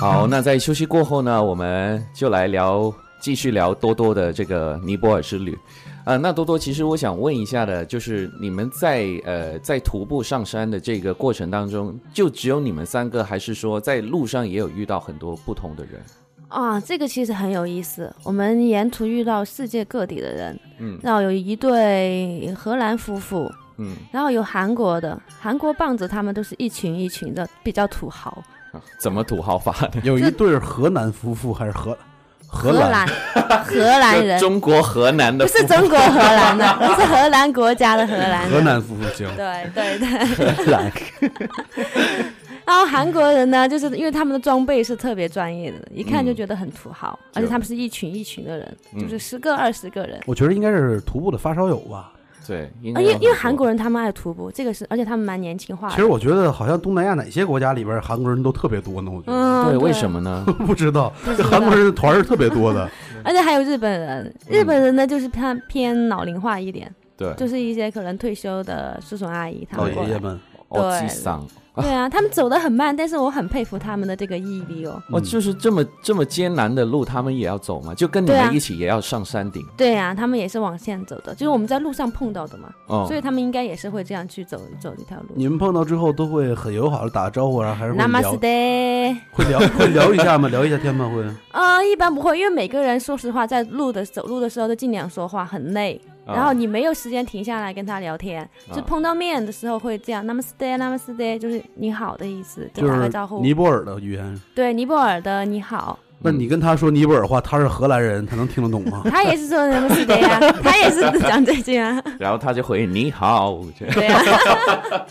好，那在休息过后呢，我们就来聊，继续聊多多的这个尼泊尔之旅。啊、那多多，其实我想问一下的，就是你们在呃在徒步上山的这个过程当中，就只有你们三个，还是说在路上也有遇到很多不同的人？啊，这个其实很有意思。我们沿途遇到世界各地的人，嗯然后有一对荷兰夫妇，嗯，然后有韩国的，韩国棒子他们都是一群一群的，比较土豪。啊怎么土豪法呢？有一对儿荷兰夫妇还是荷荷荷兰， 荷兰人就中国河南的不是中国荷兰的，不是荷兰国家的荷兰荷人。兰夫妇行，对对对，荷兰然后韩国人呢，就是因为他们的装备是特别专业的，一看就觉得很土豪，而且他们嗯是一嗯群一群的人，就是十个二十个人。 我觉得应该是徒步的发烧友吧。对，因啊因为因为韩国人人他们爱徒步，这个是，而且他们蛮年轻化其的。实我觉得好像东南亚哪些国家里边韩国人都特别多呢，我觉得、嗯，对为什？么呢？ 不 知道不知这道韩国人的团儿特别 多的，而且还有日本人，日本人呢就是偏偏老龄化一点，对，就是一些可能退休的叔叔阿姨他老们过爷爷来。们，哦，吉桑。对啊，他们走得很慢，但是我很佩服他们的这个毅力哦。哦，嗯就是这么这么艰难的路，他们也要走嘛，就跟你对啊们一起也要上山顶。对啊，他们也是往线走的，就是我们在路上碰到的嘛，哦所以他们应该也是会这样去走走这条路。你们碰到之后都会很友好的打招呼啊，还是会聊 Namaste。会 聊会聊一下吗？聊一下天吗？会。呃，一般不会，因为每个人说实话，在路的走路的时候都尽量说话，很累，然后你没有时间停下来跟他聊天，就啊碰到面的时候会这样，namaste namaste，就是你好的意思，就打个是招呼。嗯尼泊尔的语言。对尼泊尔的你好，？那你跟他说尼泊尔话，他是荷兰人，他能听得懂吗 他也是说 namaste 呀、啊，他也是讲这句啊，然后他就回你好。这样对啊，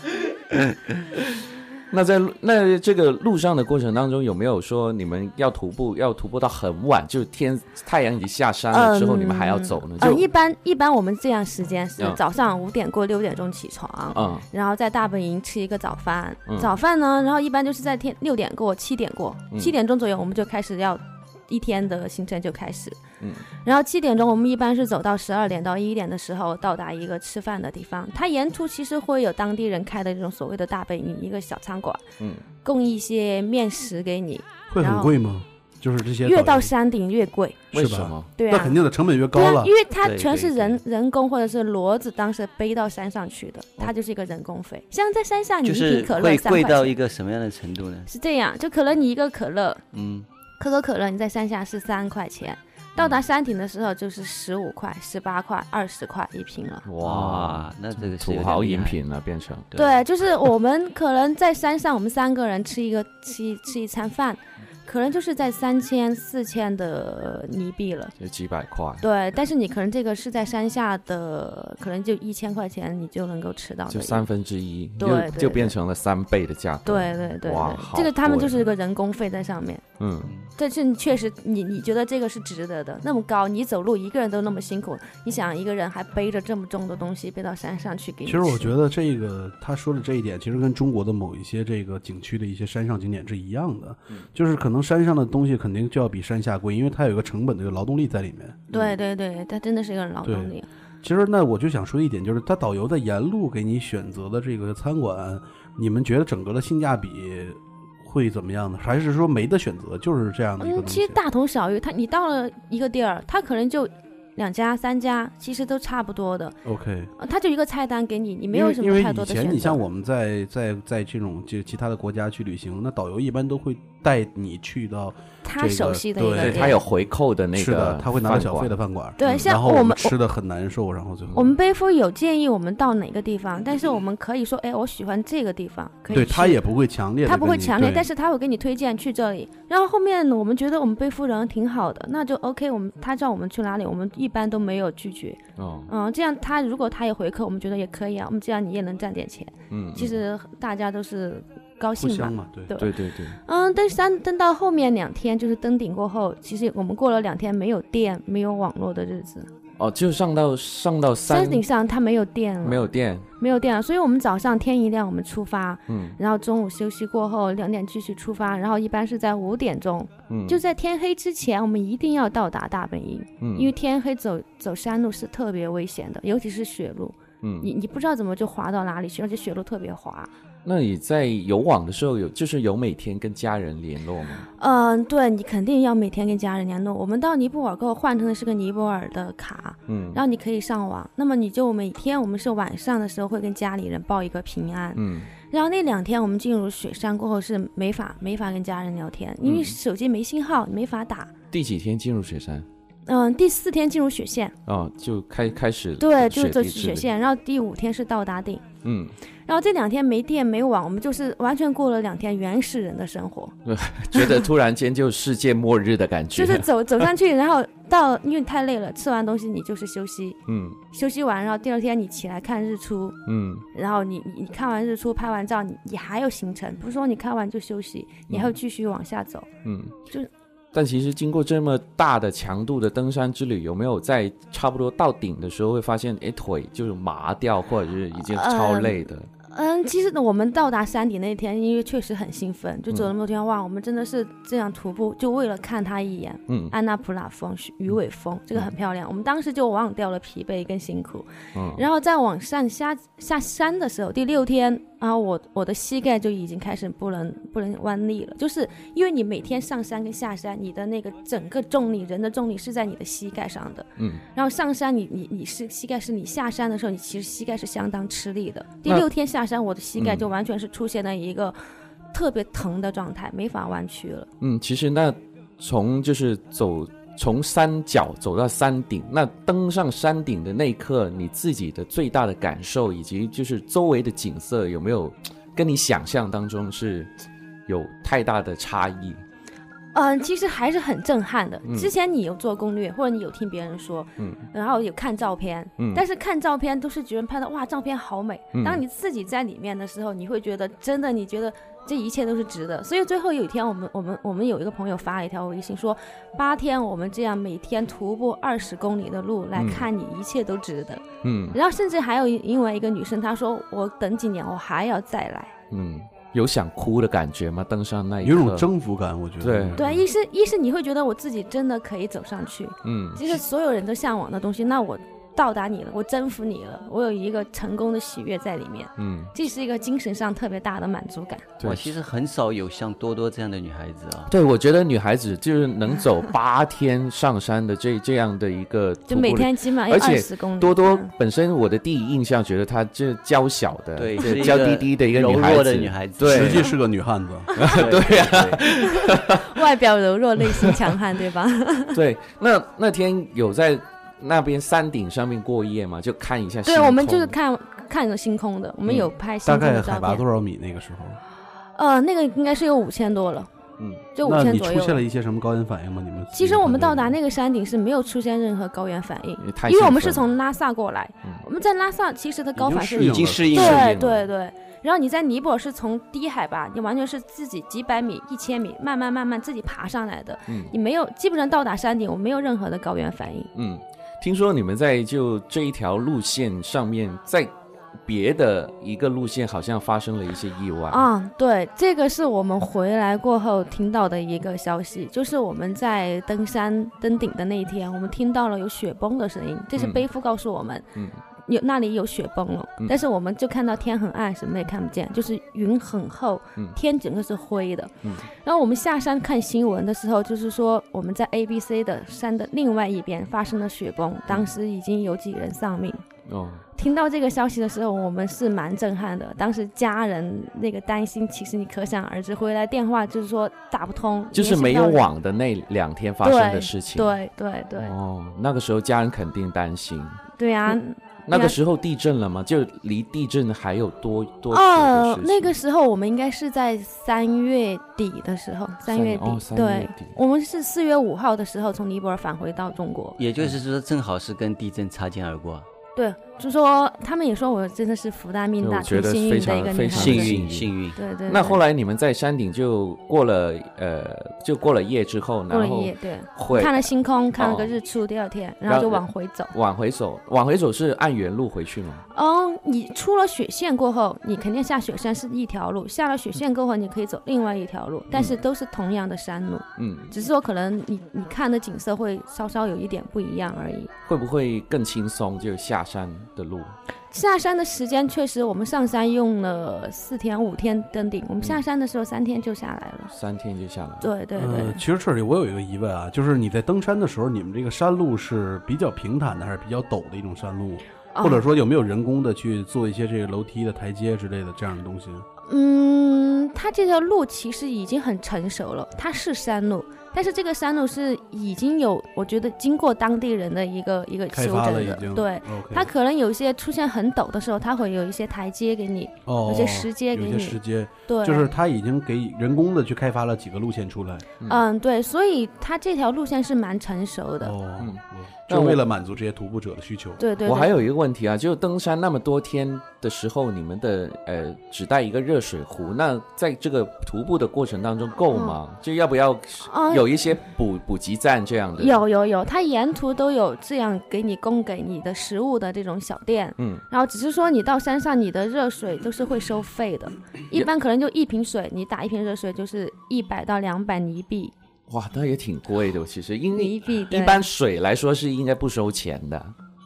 那在路那这个路上的过程当中，有没有说你们要徒步，要徒步到很晚，就天太阳已经下山了之后，你们还要走呢？呃，就一般一般我们这样时间是嗯早上五点过六点钟起床，嗯然后在大本营吃一个早饭，嗯早饭呢，然后一般就是在天六点过七点过，嗯七点钟左右我们就开始要一天的行程就开始，嗯，然后七点钟我们一般是走到十二点到一点的时候到达一个吃饭的地方，它沿途其实会有当地人开的这种所谓的大本营一个小餐馆，嗯，供一些面食给你，会很贵吗？就是这些越导到游山顶越贵，为是什吧？么？对那啊肯。定的成本越高对啊了，因。为它对全对是对人人工或者是骡子当时背到山上去的，它就是一个人工费。像在山上，你一就是瓶可乐会三块贵到钱，一个什么样的程度呢？是这样，就可能你一个可乐，嗯嗯，可口可乐你在山下是三块钱，到达山顶的时候就是十五块、十八块、二十块一瓶了。哦哇，嗯哇，那这个是有哦土点豪厉饮害，品了，变成对，就是我们可能在山上，我们三个人吃一个吃一吃一餐饭，可能就是在三千、四千的泥币了。就几百块，对，但是你可能这个是在山下的，可能就一千块钱你就能够吃到的。就三。分之一，对就对就对变成了三倍的价格。对对对对哇，这个好他们贵就是一个人工费在上面，嗯，但是你确实你你觉得这个是值得的，那么高，你走路一个人都那么辛苦，你想一个人还背着这么重的东西背到山上去给你其吃，实我觉得这个他说的这一点，其实跟中国的某一些这个景区的一些山上景点是一样的，嗯就是可能山上的东西肯定就要比山下贵，因为它有一个成本的劳动力在里面。对对对，它真的是一个劳动力，其实那我就想说一点，就是他导游在沿路给你选择的这个餐馆，你们觉得整个的性价比会怎么样呢？还是说没得选择，就是这样的一个嗯，东其西？实大同小异，它你到了一个地儿，它可能就两家三家，其实都差不多的， OK，呃它就一个菜单给你，你没因有为什因么为太多以的选前择。你像我们在在在这种就其他的国家去旅行，那导游一般都会带你去到他这个熟悉的一个对对店，他有回扣的那个吃的，他会拿着小饭费馆的饭馆，对嗯像然后我我们们哦吃的很难受，然后最后我们背夫有建议我们到哪个地方，但是我们可以说，哎，我喜欢这个地方，可以对去他也不会强烈地他跟你，不会强烈，对但是他会给你推荐去这里。然后后面我们觉得我们背夫人挺好的，那就 OK，我们他叫我们去哪里，我们一般都没有拒绝。哦，嗯，这样他如果他也回扣，我们觉得也可以啊，我们这样你也能赚点钱。嗯，其实大家都是高互兴嘛相。嘛，对对对对对，嗯，登山登到后面两天，就是登顶过后，其实我们过了两天没有电、没有网络的日子，哦，就上到上到山山顶上它没有电了，没有电，没有电了，所以我们早上天一亮我们出发，嗯然后中午休息过后两点继续出发，然后一般是在五点钟，嗯，就在天黑之前，我们一定要到达大本营，嗯因为天黑走走山路是特别危险的，尤其是雪路，嗯你你不知道怎么就滑到哪里去，而且雪路特别滑，那你在游网的时候有就是有每天跟家人联络吗？嗯，对你肯定要每天跟家人联络。我们到尼泊尔给我换成的是个尼泊尔的卡，嗯然后你可以上网。那么你就每天我们是晚上的时候会跟家里人报一个平安，嗯然后那两天我们进入雪山过后是没法没法跟家人聊天，因为嗯手机没信号，没法打。第几天进入雪山？嗯，第四天进入雪线，哦，就开开始对，就是这这雪线。然后第五天是到达顶，嗯，然后这两天没电没网，我们就是完全过了两天原始人的生活，觉得突然间就世界末日的感觉。 就是走走上 去，然后到因为你太累了，吃完东西你就是休息，嗯休息完然后第二天你起来看日出，嗯然后你你你看完日出拍完照，你你还有行程，不是说你看完就休息，你还要继续往下走。嗯，就是但其实经过这么大的强度的登山之旅，有没有在差不多到顶的时候会发现，哎，腿就是麻掉，或者是已经超呃累的？嗯，其实呢我们到达山顶那天，因为确实很兴奋，就嗯走了那么多天，哇，我们真的是这样徒步，就为了看它一眼。嗯安娜普拉峰、鱼尾峰，这个很漂亮。我们当时就忘掉了疲惫跟辛苦，嗯然后再往上下下山的时候，第六天，然后我我的膝盖就已经开始不能不能弯力了，就是因为你每天上山跟下山，你的那个整个重力，人的重力是在你的膝盖上的。嗯，然后上山你你你是膝盖是你下山的时候，你其实膝盖是相当吃力的。第那六天下山，我的膝盖嗯就完全是出现了一个特别疼的状态，没法弯曲了。嗯，其实那从就是走从山脚走到山顶，那登上山顶的那一刻，你自己的最大的感受，以及就是周围的景色，有没有跟你想象当中是有太大的差异？嗯，其实还是很震撼的嗯。之前你有做攻略，或者你有听别人说，嗯然后有看照片，嗯但是看照片都是觉得拍的哇，照片好美。嗯当你自己在里面的时候，你会觉得真的，你觉得这一切都是值的。所以最后有一天，我们我们我们有一个朋友发了一条微信说，八天我们这样每天徒步二十公里的路来嗯看你，一切都值得。嗯然后甚至还有一因为一个女生，她说我等几年我还要再来。嗯，有想哭的感觉吗？登上那一刻，有一种征服感，我觉得。嗯对对，一是一是你会觉得我自己真的可以走上去，嗯其实所有人都向往的东西，那我到达你了，我征服你了，我有一个成功的喜悦在里面，嗯，这是一个精神上特别大的满足感。对我。其实很少有像多多这样的女孩子啊。对，我觉得女孩子就是能走八天上山的这这样的一个徒步旅，就每天起码要而且二十公里。多多嗯本身我的第一印象觉得她这娇小的，对这是一娇个滴滴的一个柔女孩弱子，的女孩子对，实际是个女汉子， 对啊呀，外表柔弱，内心强悍，对吧？ 对。那那天有在那边山顶上面过夜吗？就看一下星对，空。我们就是看看着星空的，我们嗯有拍星大空概的海照拔多片。少米？那个时候，呃，那个应该是有五千多了，嗯就五那千你左出右现。了一些什么高原反应吗？你们其实我们到达那那。个山顶是没有出现任何高原反应，你嗯太因为我兴们是奋了从拉萨过来，嗯我们在拉萨其实的高已经反是适应已了经适应适了。应对了对对，然后你在尼泊尔是从低海拔，你完全是自己几百米、一千米，慢慢慢慢自己爬上来的，嗯你没有基本上到达山顶，我没有任何的高原反应。嗯，听说你们在就这一条路线上面，在别的一个路线好像发生了一些意外。啊，对，这个是我们回来过后听到的一个消息，就是我们在登山登顶的那一天，我们听到了有雪崩的声音，这是嗯背夫告诉我们，嗯有那里有雪崩了，嗯但是我们就看到天很暗，什么也看不见，就是云很厚，嗯天整个是灰的。嗯然后我们下山看新闻的时候，就是说我们在 A、B、C 的山的另外一边发生了雪崩，嗯当时已经有几人丧命。哦，听到这个消息的时候，我们是蛮震撼的。当时家人那个担心，其实你可想而知。回来电话就是说打不通，就是联系没不到有人。网的那两天发生的事情。。对对对哦，那个时候家人肯定担心。对啊，那个时候地震了吗？就离地震还有多多久的哦事，情那个时候我们应该是在三月底的时候，三月底，哦三月对底我们是四月五号的时候从尼泊尔返回到中国。也就是说，正好是跟地震擦肩而过，对，就说他们也说我真的是福大命对大，我觉得非挺幸运的一常个非女常孩幸子。运幸运。嗯对对对，那后来你们在山顶就过了呃，就过了夜之后，过了然一后夜，对，会看了星空，看了个哦日出，第二天，然然后后就往回走。往回走，往回走是按原路回去吗？哦，你出了雪线过后，你肯定下雪山是一条路，下了雪线过后，你可以走另外一条路，但是都是同样的山路，嗯，只是说可能你你看的景色会稍稍有一点不一样而已。会不会更轻松？就下山的路，下山的时间确实，我们上山用了四天五天登顶，我们下山的时候三天就下来了。三天就下来了。对对对，呃，其实这里我有一个疑问啊，就是你在登山的时候，你们这个山路是比较平坦的，还是比较陡的一种山路？啊或者说有没有人工的去做一些这个楼梯的台阶之类的这样的东西？嗯，它这条路其实已经很成熟了，它是山路，但是这个山路是已经有，我觉得经过当地人的一个一个开修发了整已的经。，对。 ，OK，它可能有一些出现很陡的时候，它会有一些台阶给你，哦，有些石阶有给些你石，阶，对，就是它已经给人工的去开发了几个路线出来。嗯，对，所以它这条路线是蛮成熟的，哦，嗯嗯那就我为了满足这些徒步者的需求。对对。我还对有一个问题啊，就登山那么多天的时候，你们的呃只带一个热水壶，那在这个徒步的过程当中够吗？就要不要嗯有一些补补给站这样的？有有有，它沿途都有这样给你供给你的食物的这种小店，嗯，然后只是说你到山上，你的热水都是会收费的，一也般可能就一瓶水，你打一瓶热水就是一百到两百尼币，哇，那也挺贵的，其实因为尼币嗯对一般水来说是应该不收钱的。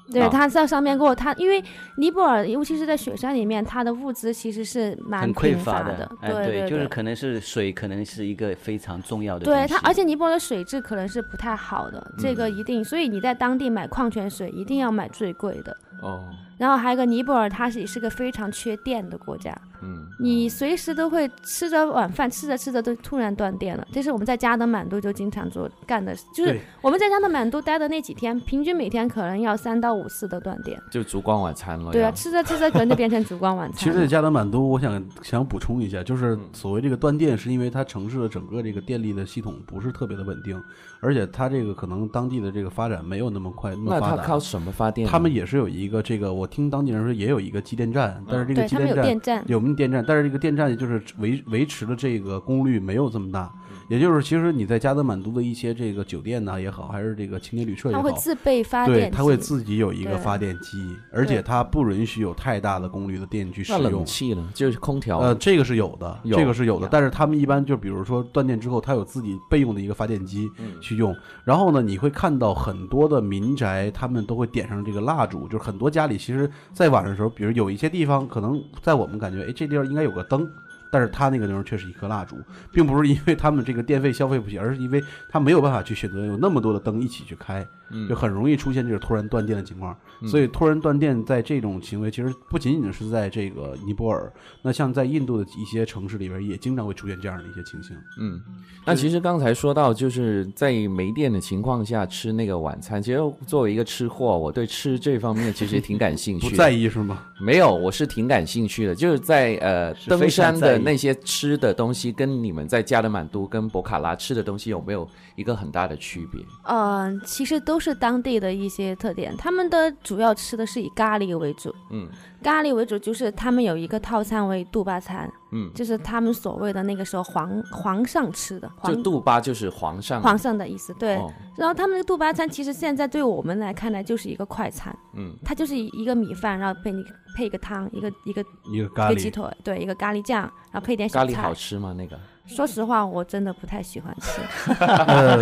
对啊，他在上面给我他，因为尼泊尔尤其是在雪山里面，它的物资其实是蛮很贫匮乏的，哎，对对，就是可能是水，可能是一个非常重要的东对西。嗯它，而且尼泊尔的水质可能是不太好的，这个一定，所以你在当地买矿泉水一定要买最贵的。哦，然后还有一个尼泊尔，它是是个非常缺电的国家，嗯，哦你随时都会吃着晚饭，吃着吃着都突然断电了。这是我们在加德满都就经常做干的，就是对我们在加德满都待的那几天，平均每天可能要三到五次的断电。就烛光晚餐了呀。对啊，吃着吃着可能就变成烛光晚餐了。 其实，在加德满都，我想想补充一下，就是所谓这个断电，是因为它城市的整个这个电力的系统不是特别的稳定，而且它这个可能当地的这个发展没有那么快，那么那发他靠达。什么发电呢？他们也是有一个这个，我听当地人说也有一个机电站，但是这个对机他们电有站电站，有没有电站，但是这个电站就是维维持的这个功率没有这么大，嗯也就是其实你在加德满都的一些这个酒店呐、也好，还是这个青年旅社也它会好，自备发对，电它会机自己有一个对发电机，而且对它不允许有太大的功率的电去使那冷用。气呢？就是空调。呃，这个是有的，有这个是有的，但是他们一般就比如说断电之后，他有自己备用的一个发电机去用。然后呢，你会看到很多的民宅，他们都会点上这个蜡烛，就是很多家里其实在晚上的时候，比如有一些地方可能在我们感觉，哎，这地方应该有个灯。但是他那个地方却是一颗蜡烛，并不是因为他们这个电费消费不起，而是因为他没有办法去选择有那么多的灯一起去开，就很容易出现这种突然断电的情况。所以突然断电在这种行为，其实不仅仅是在这个尼泊尔，那像在印度的一些城市里边，也经常会出现这样的一些情形。嗯，那其实刚才说到，就是在没电的情况下吃那个晚餐。其实作为一个吃货，我对吃这方面其实挺感兴不 趣的。在意是吗？没有，我是挺感兴趣的，就是在呃是非登山常在的意那些吃的东西，跟你们在加德满都跟博卡拉吃的东西有没有一个很大的区别？嗯，其实都是当地的一些特点。他们的主要吃的是以咖喱为主，嗯咖喱为主就是他们有一个套餐为杜巴餐，嗯，就是他们所谓的那个时候皇皇上吃的，就皇杜巴就是皇上，皇上的意思。对，哦，然后他们的杜巴餐其实现在对我们来看呢，就是一个快餐，嗯它就是一个米饭，然后配你配一个汤，一个一个一个一咖个鸡喱，腿，对，一个咖喱酱，然后配点咖小喱好菜。吃吗？那个说实话，我真的不太喜欢吃。呃，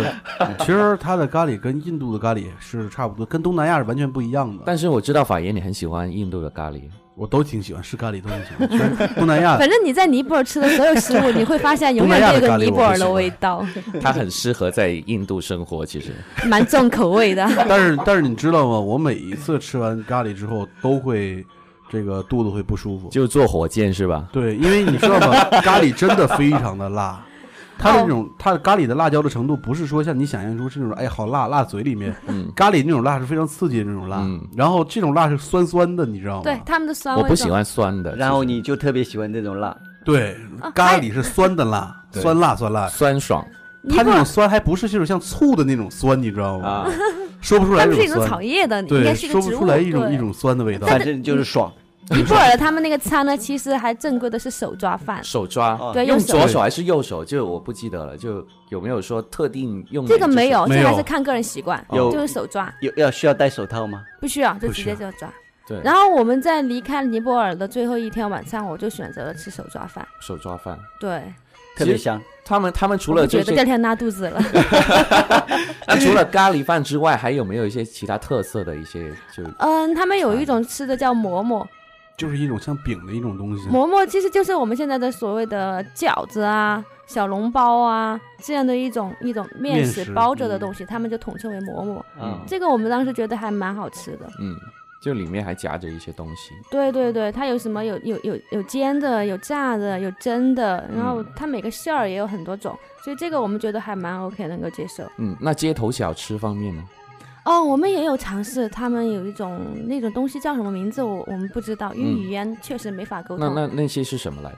其实它的咖喱跟印度的咖喱是差不多，跟东南亚是完全不一样的。但是我知道法爷你很喜欢印度的咖 喱，我都挺喜欢，是咖喱都挺喜欢。其实东南亚反正你在尼泊尔吃的所有食物，你会发现永远啊 都东南亚有个的咖喱尼泊我不尔喜的欢味道，他很适合在印度生活。其实，蛮重口味 的。但是但是你知道吗？我每一次吃完咖喱之后，都会这个肚子会不舒服。就坐火箭是吧？对，因为你知道吗？咖喱真的非常的辣，它的那种它的咖喱的辣椒的程度，不是说像你想象出是那种哎好辣辣嘴里面，嗯咖喱那种辣是非常刺激的那种辣，嗯然后这种辣是酸酸的，你知道吗？对，他们的酸我味。不喜。欢酸的，然后其实你就特别喜欢这种辣，对啊咖喱是酸的辣，对酸辣酸辣，酸爽尼它泊那尔种酸还不是就是像醋的那种酸，你知道吗？啊，说不出来它们那是一种酸草，叶的，应对，该是一说个不植物。出来一种对一种酸的味道。反嗯正就是爽。尼泊尔的他们那个餐呢，其实还正规的是手抓饭，手抓。啊哦对，用手左。手还是右手？就我不记得了，就有没有说特定用哪这只手？个没有，没这有哦还是看个人习惯，有就是手抓，有要需要戴手套吗？不需要就不直需接要就抓。对，然后我们在离开尼泊尔的最后一天晚上，我就选择了吃手抓饭。手抓饭。对，特别香。他们他们除我了就就是觉得第二天拉肚 子了。那除了咖喱饭之外，还有没有一些其他特色的一些就嗯，他们有一种吃的叫馍馍，就是一种像饼的一种东西。馍馍其实就是我们现在的所谓的饺子啊、小笼包啊这样的一种一种面面食食包着的嗯东西，他们就统称为馍馍。嗯，这个我们当时觉得还蛮好吃的。嗯，就里面还夹着一些东西，对对对，它有什么有有有有煎的，有炸的，有蒸的，然后嗯它每个馅儿也有很多种，所以这个我们觉得还蛮 OK，能够接受。嗯，那街头小吃方面呢？哦，我们也有尝试，他们有一种那种东西叫什么名字，我我们不知道，因为嗯语言确实没法沟那通。那那些是什么来的？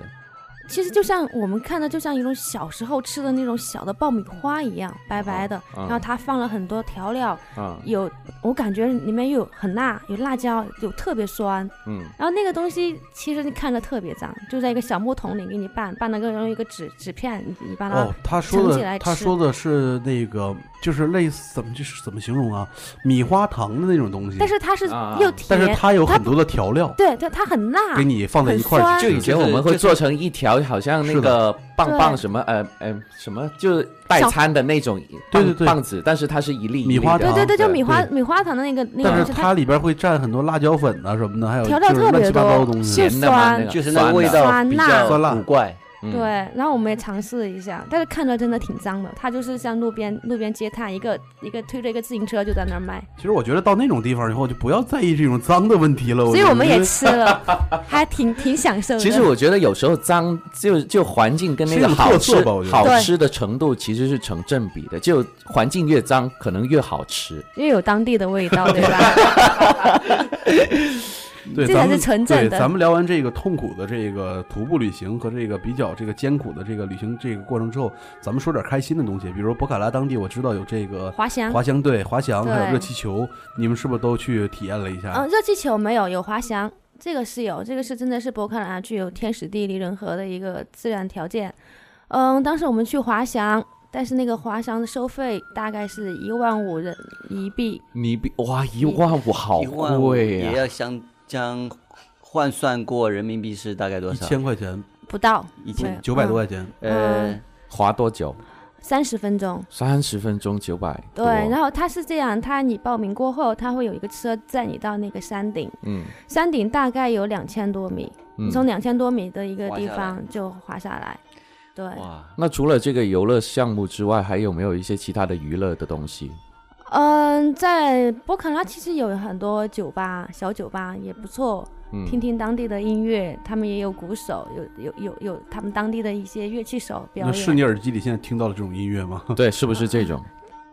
其实就像我们看的，就像一种小时候吃的那种小的爆米花一样，白白的，嗯然后它放了很多调料，啊，有我感觉里面又有很辣，有辣椒，有特别酸，嗯然后那个东西其实你看着特别脏，就在一个小木桶里给你拌，拌了个用一个纸纸片，你你把它、哦，他说盛起的来他吃说的是那个，就是类似怎么就是怎么形容啊？米花糖的那种东西，但是它是啊又甜，但是它有它很多的调料对它它很辣，给你放在一块儿很就去以吃，前我们会做成一条，好像那是个棒棒对什么呃呃什么，就是代小餐的那种棒对对对棒子，但是它是一粒一米粒花的对对对，就米花啊对米花糖的那个那个但东是西，它里边会蘸很多辣椒粉啊什么的，还有调料就是特乱别七八糟的多东西。就甜的嘛，酸那个就是嗯那酸个的味道酸比辣较酸辣古怪，嗯对，然后我们也尝试一下，但是看着真的挺脏的。它就是像路边路边街摊，一个一个推着一个自行车就在那儿卖，其实我觉得到那种地方以后，就不要在意这种脏的问题哦了。所以我们觉也得吃了， 还挺挺享受的。其实我觉得有时候脏就就环境跟那是个一种好特吃色吧我觉得好对吃的程度其实是成正比的，就环境越脏可能越好吃。因为有当地的味 道，对吧？对，这才咱是们纯正对的咱们聊完这个痛苦的这个徒步旅行和这个比较这个艰苦的这个旅行这个过程之后，咱们说点开心的东西，比如博卡拉当地我知道有这个滑翔，滑翔队、滑翔，对还有热气球，你们是不是都去体验了一下？嗯，热气球没有，有滑翔，这个是有，这个是真的是博卡兰具有天时地利人和的一个自然条件。嗯，当时我们去滑翔，但是那个滑翔的收费大概是一万五人一币，你比哇一万五好一万五贵啊也呀、要相将换算过人民币是大概多一少？千块钱，不到一千对九百多嗯块钱，呃，花多久？三十分钟。三十分钟九百对，然后它是这样，它你报名过后，它会有一个车载你到那个山顶，嗯，山顶大概有两千多米，嗯你从两千多米的一个滑地下来方就滑下来。对，哇，那除了这个游乐项目之外，还有没有一些其他的娱乐的东西？嗯，在博卡拉其实有很多酒吧，小酒吧也不错，嗯，听听当地的音乐，他们也有鼓手，有有有有他们当地的一些乐器手表那是演，你耳机里现在听到了这种音乐吗？对，是不是这种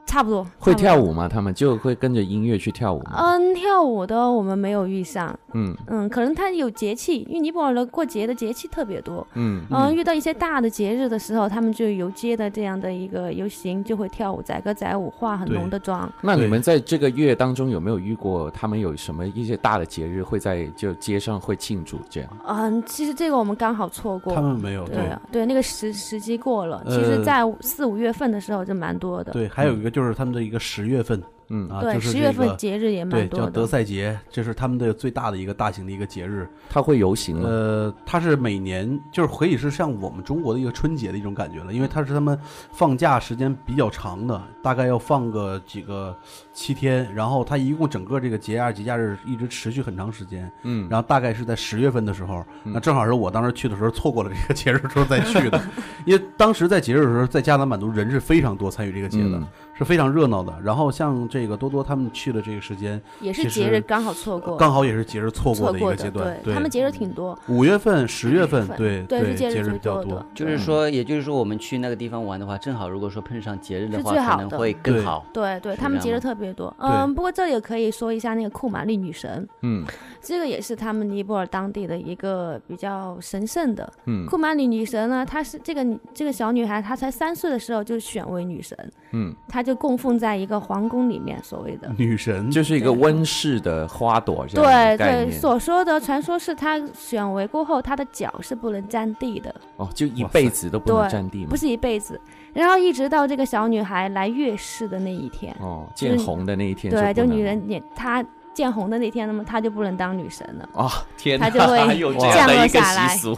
差不多。会差不跳多？舞吗？他们就会跟着音乐去跳舞吗？嗯，跳舞的我们没有遇上，嗯嗯，可能他有节气，因为尼泊尔的过节的节气特别多，嗯嗯，遇到一些大的节日的时候，他们就游街的这样的一个游行，就会跳舞，载歌载舞，化很对浓的妆。那你对们在这个月当中有没有遇过他们有什么一些大的节日会在就街上会庆祝这样？嗯，其实这个我们刚好错过他。们没有，对啊对，那个时时机过了，其实，呃在四五月份的时候就蛮多的。对，还有一个就是他们的一个十月份嗯，啊，对，就是十这月份个节日也对蛮叫多德的。赛节，这是他们的最大的一个大型的一个节日。他会游嗯行吗？呃，它是每年就是可以是像我们中国的一个春节的一种感觉了，嗯因为它是他们放假时间比较长的，大概要放个几个七天，然后它一共整个这个节假日节假日一直持续很长时间，嗯，然后大概是在十月份的时候，那正好是我当时去的时候错过了这个节日的时候再 去的，因为当时在节日的时候，在加南满都人是非常多参与这个节的，嗯是非常热闹的。然后像这个多多他们去的这个时间，也是其节日实刚好错过，刚好也是节日错过错的一过个的。阶段，对，他们节日挺多，五月份、十月份，份对对是节日日最比较嗯的。。就是嗯说，也就是说，我们去那个地方玩的话，正好如果说碰上节日的是话，最好可能的会更对好。对对，是他们这节样日吗特别多。对嗯，不过这里也可以说一下那个库玛丽女神，嗯这个也是他们尼泊尔当地的一个比较神圣的。嗯库玛丽女神呢，她是这个女这个小女孩，她才三岁的时候就选为女神，嗯，她就供奉在一个皇宫里面，所谓的。女神就是一个温室的花朵这样对的概对，念。所说的传说是她选为过后，她的脚是不能沾地的，哦，就一哇塞辈子都不能对，占地嘛不。是一辈子。然后一直到这个小女孩来月事的那一天，哦，就是见红的那一天对，不就能女人也她见红的那天，那么她就不能当女神了，啊、天它哪，就会还有这样的一个降落下来习俗，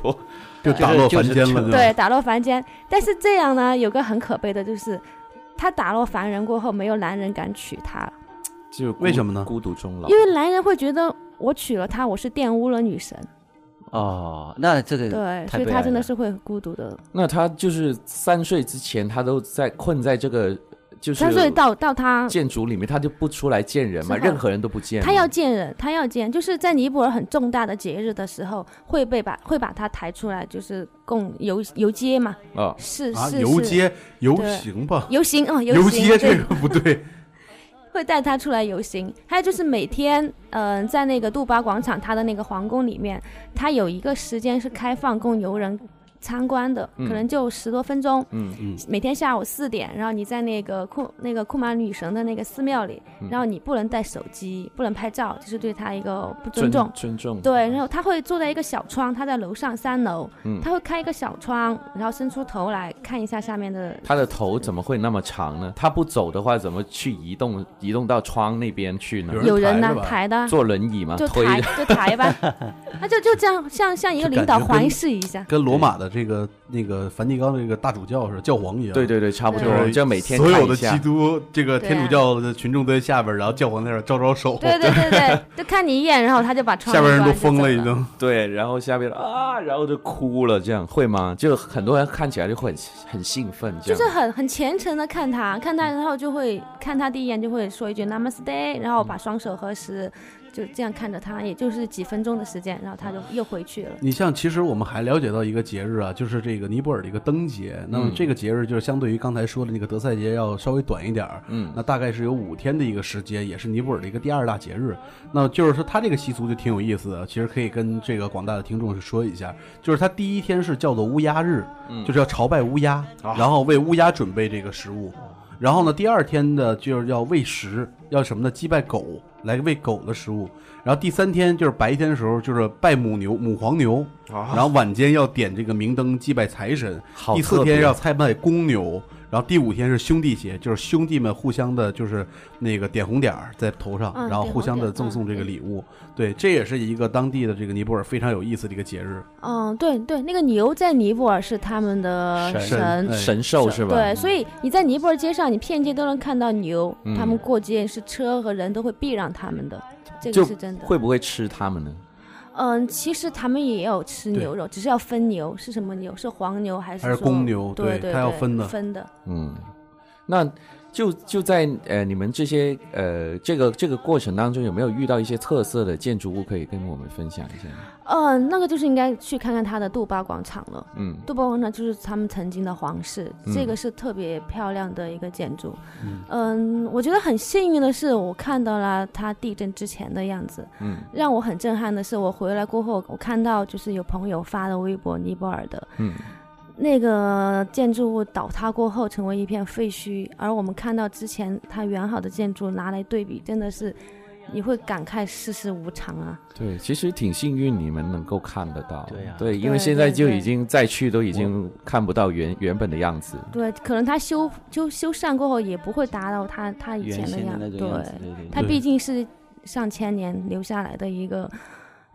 就打落凡间了，对，打落凡间。但是这样呢，有个很可悲的就是，她打落凡人过后，没有男人敢娶她，就孤为什么呢孤独终老因，为男人会觉得我娶了她，我是玷污了女神。 哦，那这个对，太所以悲她哀真的了是会很孤独的。那他就是三岁之前，他都在困在这个就是但是到到她建筑里面，他就不出来见人嘛，是的任何人都不见嘛。他要见人，他要见，就是在尼泊尔很重大的节日的时候，会被把会把他抬出来，就是供游游街嘛，啊，是啊，是游是街游对行吧，游行啊，嗯游行街这对，个不对，会带他出来游行。还有就是每天，嗯、在那个杜巴广场，他的那个皇宫里面，他有一个时间是开放供游人参观的，嗯可能就十多分钟。嗯嗯，每天下午四点，然后你在那个库那个库玛女神的那个寺庙里，然后你不能带手机，不能拍照，就是对他一个不尊重。尊重，对，然后他会坐在一个小窗，他在楼上三楼，嗯他会开一个小窗，然后伸出头来看一下下面的。他的头怎么会那么长呢？他不走的话，怎么去移动移动到窗那边去呢有？有人呢人抬抬的啊，坐轮椅吗？就推抬 着就抬吧，他就就这样，像像一个就感领导觉跟环视一下。跟罗马的这个那个梵蒂冈这个大主教似的，教皇一样，对对对，差不对多，就每天所看有一的下基。督这个对天主啊教的群众都在下边儿，然后教皇在那儿招招手，对对对对，就看你一眼，然后他就把窗 下边一人关就都疯走了已了。经。对，然后下边啊，然后就哭了，这样会吗？就很多人看起来就会很很兴奋，这就样。是很很虔诚的看他，看他，然后就会看他第一眼就会说一句 Namaste，然后把双手合十，就这样看着他，也就是几分钟的时间，然后他就又回去了。你像，其实我们还了解到一个节日啊，就是这个尼泊尔的一个灯节。那么这个节日就是相对于刚才说的那个德赛节要稍微短一点儿，嗯那大概是有五天的一个时间，也是尼泊尔的一个第二大节日。那就是说，它这个习俗就挺有意思的，其实可以跟这个广大的听众说一下，就是它第一天是叫做乌鸦日，就是要朝拜乌鸦，然后为乌鸦准备这个食物。然后呢，第二天呢，就是要喂食，要什么呢？祭拜狗，来喂狗的食物。然后第三天就是白天的时候，就是拜母牛、母黄牛，然后晚间要点这个明灯祭拜财神，好第四特别天要祭拜公牛，然后第五天是兄弟节，就是兄弟们互相的，就是那个点红点儿在头上，嗯然后互相的点红点儿赠送这个嗯礼物。对，这也是一个当地的这个尼泊尔非常有意思的一个节日。嗯，对对，那个牛在尼泊尔是他们的神神。哎神兽是吧？对，所以你在尼泊尔街上，你遍街都能看到牛，嗯他们过街是车和人都会避让他们的，这就个是真的。会不会吃它们呢？嗯，其实他们也有吃对牛肉，只是要分牛是什么牛，是黄牛还是还是说公牛对对对，它要对分的分的。嗯，那就就在呃你们这些呃这个这个过程当中，有没有遇到一些特色的建筑物可以跟我们分享一下？呃，那个就是应该去看看它的杜巴广场了。嗯，杜巴广场就是他们曾经的皇室，嗯这个是特别漂亮的一个建筑。嗯、我觉得很幸运的是，我看到了它地震之前的样子。嗯，让我很震撼的是，我回来过后，我看到就是有朋友发的微博，尼泊尔的。嗯。那个建筑物倒塌过后成为一片废墟，而我们看到之前它原好的建筑拿来对比，真的是你会感慨世事无常啊。对，其实挺幸运你们能够看得到。对呀对，因为对现在对就已对经再去都已经看不到原原本的样子。对，可能他修就修缮过后也不会达到他他以前原的先的样那子，种样子，对，对对他对。毕竟是上千年留下来的一个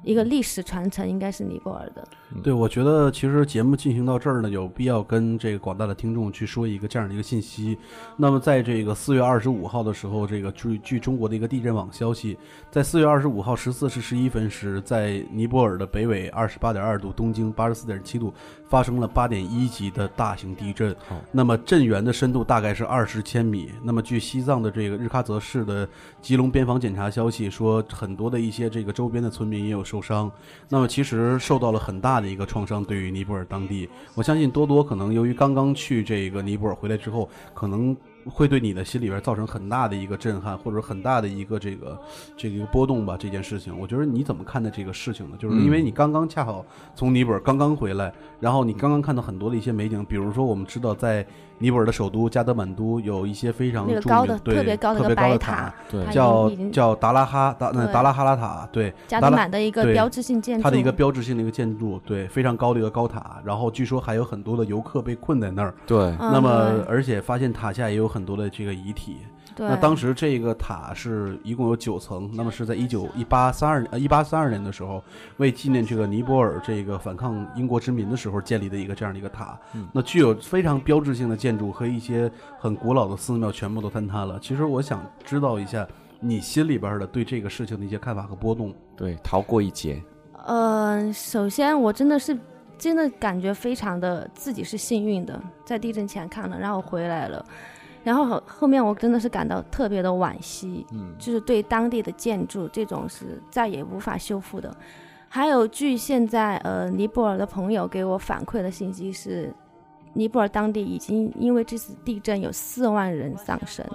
一个历史传承，应该是尼泊尔的。对，我觉得其实节目进行到这儿呢，有必要跟这个广大的听众去说一个这样的一个信息。那么，在这个四月二十五号的时候，这个据据中国的一个地震网消息，在四月二十五号十四时十一分时，在尼泊尔的北纬二十八点二度、东经八十四点七度发生了八点一级的大型地震。那么震源的深度大概是二十千米。那么据西藏的这个日喀则市的吉隆边防检查消息说，很多的一些这个周边的村民也有受伤。那么其实受到了很大的一个创伤，对于尼泊尔当地，我相信多多可能由于刚刚去这个尼泊尔回来之后，可能会对你的心里边造成很大的一个震撼，或者很大的一个这个这个波动吧。这件事情，我觉得你怎么看待这个事情呢？就是因为你刚刚恰好从尼泊尔刚刚回来，然后你刚刚看到很多的一些美景，比如说我们知道在尼泊尔的首都加德满都有一些非常那个著高名的对特别高的特一别个高的白塔塔，对它已叫经已经叫达拉哈达那对达拉哈拉塔，对，加达德拉满的一个对标志性建筑，它的一个标志性的一个建筑，对，非常高的一个高塔。然后据说还有很多的游客被困在那儿，对，嗯那么对而且发现塔下也有很多的这个遗体。对，那当时这个塔是一共有九层，那么是在一九一八三二呃一八三二年的时候，为纪念这个尼泊尔这个反抗英国殖民的时候建立的一个这样的一个塔。嗯那具有非常标志性的建筑和一些很古老的寺庙全部都坍塌了。其实我想知道一下你心里边的对这个事情的一些看法和波动。对，逃过一劫。呃，首先我真的是真的感觉非常的自己是幸运的，在地震前看了，然后回来了，然后后后面我真的是感到特别的惋惜，嗯，就是对当地的建筑这种是再也无法修复的。还有，据现在呃尼泊尔的朋友给我反馈的信息是，尼泊尔当地已经因为这次地震有四万人丧生，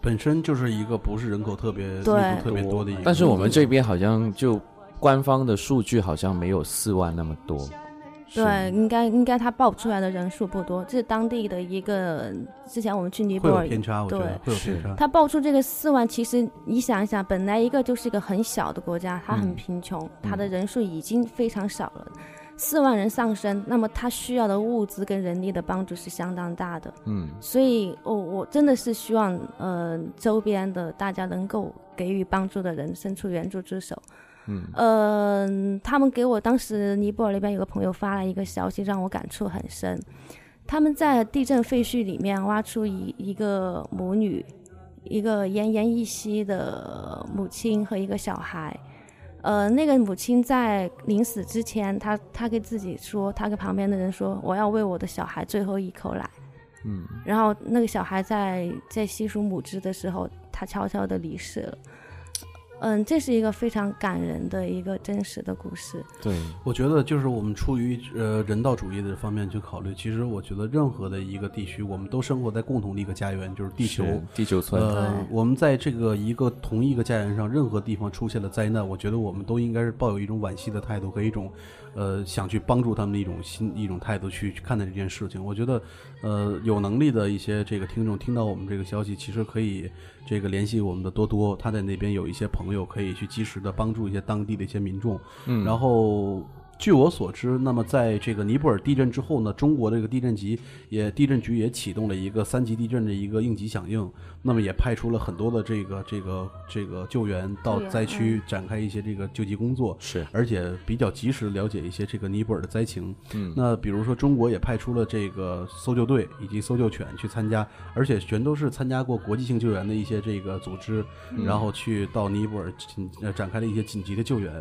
本身就是一个不是人口特别密对度特别多的一个，但是我们这边好像就官方的数据好像没有四万那么多。是对，应该应该他报出来的人数不多，这是当地的一个。之前我们去尼泊会有尔，偏差，我觉得会有偏差。他报出这个四万，其实你想一想，本来一个就是一个很小的国家，它很嗯贫穷，它的人数已经非常少了，四万人丧生，那么他需要的物资跟人力的帮助是相当大的。嗯，所以，我、我真的是希望，呃，周边的大家能够给予帮助的人伸出援助之手。嗯，呃，他们给我当时尼泊尔那边有个朋友发来一个消息，让我感触很深。他们在地震废墟里面挖出一一个母女，一个奄奄一息的母亲和一个小孩。呃，那个母亲在临死之前，她她跟自己说，她跟旁边的人说：“我要喂我的小孩最后一口奶。”然后那个小孩在在吸吮母汁的时候，他悄悄的离世了。嗯，这是一个非常感人的一个真实的故事。对，我觉得就是我们出于呃人道主义的方面去考虑，其实我觉得任何的一个地区，我们都生活在共同的一个家园，就是地球。是地球村。呃对，我们在这个一个同一个家园上，任何地方出现了灾难，我觉得我们都应该是抱有一种惋惜的态度和一种，呃，想去帮助他们的一种心一种态度去去看待这件事情。我觉得，呃，有能力的一些这个听众听到我们这个消息，其实可以这个联系我们的多多，他在那边有一些朋友可以去及时的帮助一些当地的一些民众。嗯，然后。据我所知，那么在这个尼泊尔地震之后呢，中国这个地震局也地震局也启动了一个三级地震的一个应急响应，那么也派出了很多的这个这个这个救援到救援灾区展开一些这个救急工作，是而且比较及时地了解一些这个尼泊尔的灾情。嗯，那比如说中国也派出了这个搜救队以及搜救犬去参加，而且全都是参加过国际性救援的一些这个组织，然后去到尼泊尔紧呃展开了一些紧急的救援。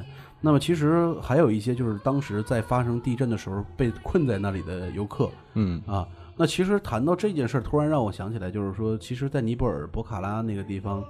那么其实还有一些就是当时在发生地震的时候被困在那里的游客，嗯啊，那其实谈到这件事儿，突然让我想起来，就是说，其实，在尼泊尔博卡拉那个地方，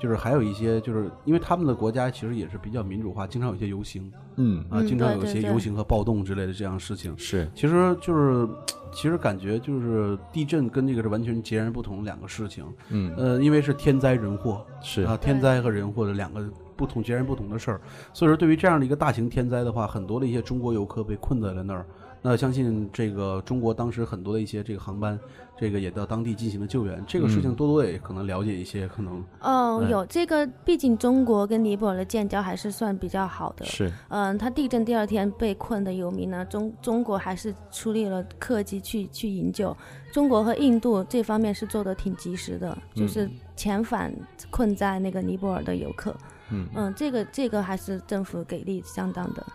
就是还有一些，就是因为他们的国家其实也是比较民主化，经常有一些游行嗯，啊，嗯经常对有一对些对游行和暴动之类的这样的事情。是其实就是，其实感觉就是地震跟这个是完全截然不同的两个事情。嗯，呃，因为是天灾人祸，是啊，天灾和人祸的两个不同、截然不同的事儿。所以说，对于这样的一个大型天灾的话，很多的一些中国游客被困在了那儿。那相信这个中国当时很多的一些这个航班，这个也到当地进行了救援。这个事情多多也可能了解一些，可能哦，嗯有这个，毕竟中国跟尼泊尔的建交还是算比较好的。是，嗯，他地震第二天被困的游民呢，中中国还是出力了客机去去营救。中国和印度这方面是做的挺及时的，就是遣返困在那个尼泊尔的游客。嗯这个这个还是政府给力相当的。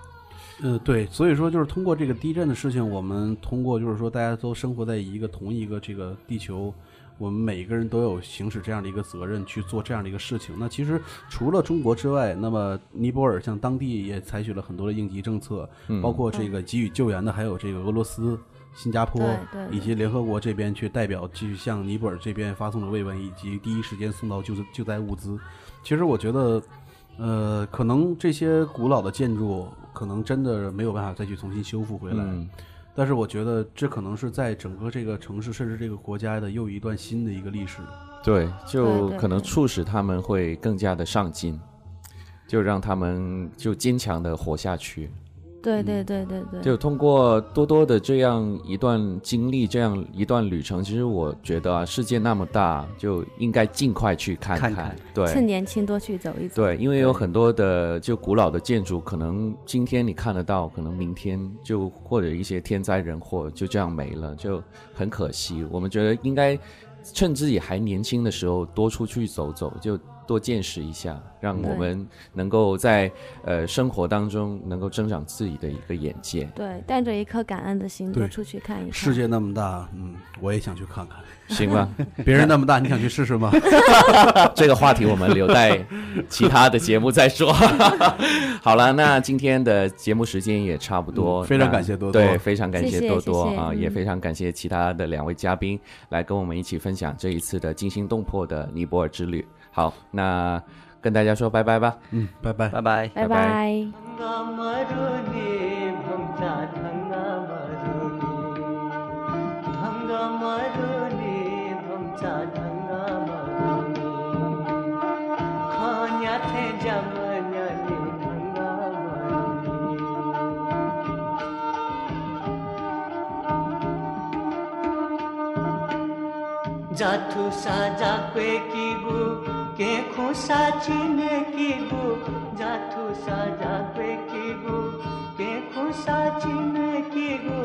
呃，对，所以说就是通过这个地震的事情，我们通过就是说大家都生活在一个同一个这个地球，我们每个人都有行使这样的一个责任去做这样的一个事情。那其实除了中国之外，那么尼泊尔像当地也采取了很多的应急政策，嗯包括这个给予救援的，还有这个俄罗斯。新加坡对对对以及联合国这边去代表继续向尼泊尔这边发送了慰问，以及第一时间送到救救灾物资。其实我觉得呃，可能这些古老的建筑，可能真的没有办法再去重新修复回来。嗯但是我觉得这可能是在整个这个城市，甚至这个国家的又一段新的一个历史。对，就对对可能对促使他们会更加的上进，就让他们就坚强的活下去。对对对对对，嗯就通过多多的这样一段经历，这样一段旅程，其实我觉得啊，世界那么大，就应该尽快去看看看趁对。年轻多去走一走。对，因为有很多的就古老的建筑，可能今天你看得到，可能明天就或者一些天灾人祸就这样没了，就很可惜。我们觉得应该趁自己还年轻的时候多出去走走，就多见识一下，让我对们能够在呃生活当中能够增长自己的一个眼界。对，带着一颗感恩的心，对多出去看一看。世界那么大，嗯，我也想去看看。行吧，别 人那么大，你想去试试吗？ 这个话题我们留待其他的节目再说。 好了，那今天的节目时间也差不多，嗯非常那感谢多多对，非常感谢谢谢多多谢谢啊，嗯也非常感谢其他的两位嘉宾来跟我们一起分享这一次的惊心动魄的尼泊尔之旅。好，那跟大家说拜拜吧。嗯，拜拜。拜拜。拜拜拜拜 गंगा मरुनी भंगा धंगा मरुनी भंगा मरुनी भंगा धंगा मरुनी खाण्याथे जमण्याने भंगा मरुनी जाथु साजा पे की गु के खुसा चीने की गु जाथु साजा पे की गु के खुसा चीने की गु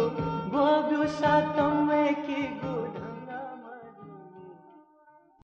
गोगु सा तुम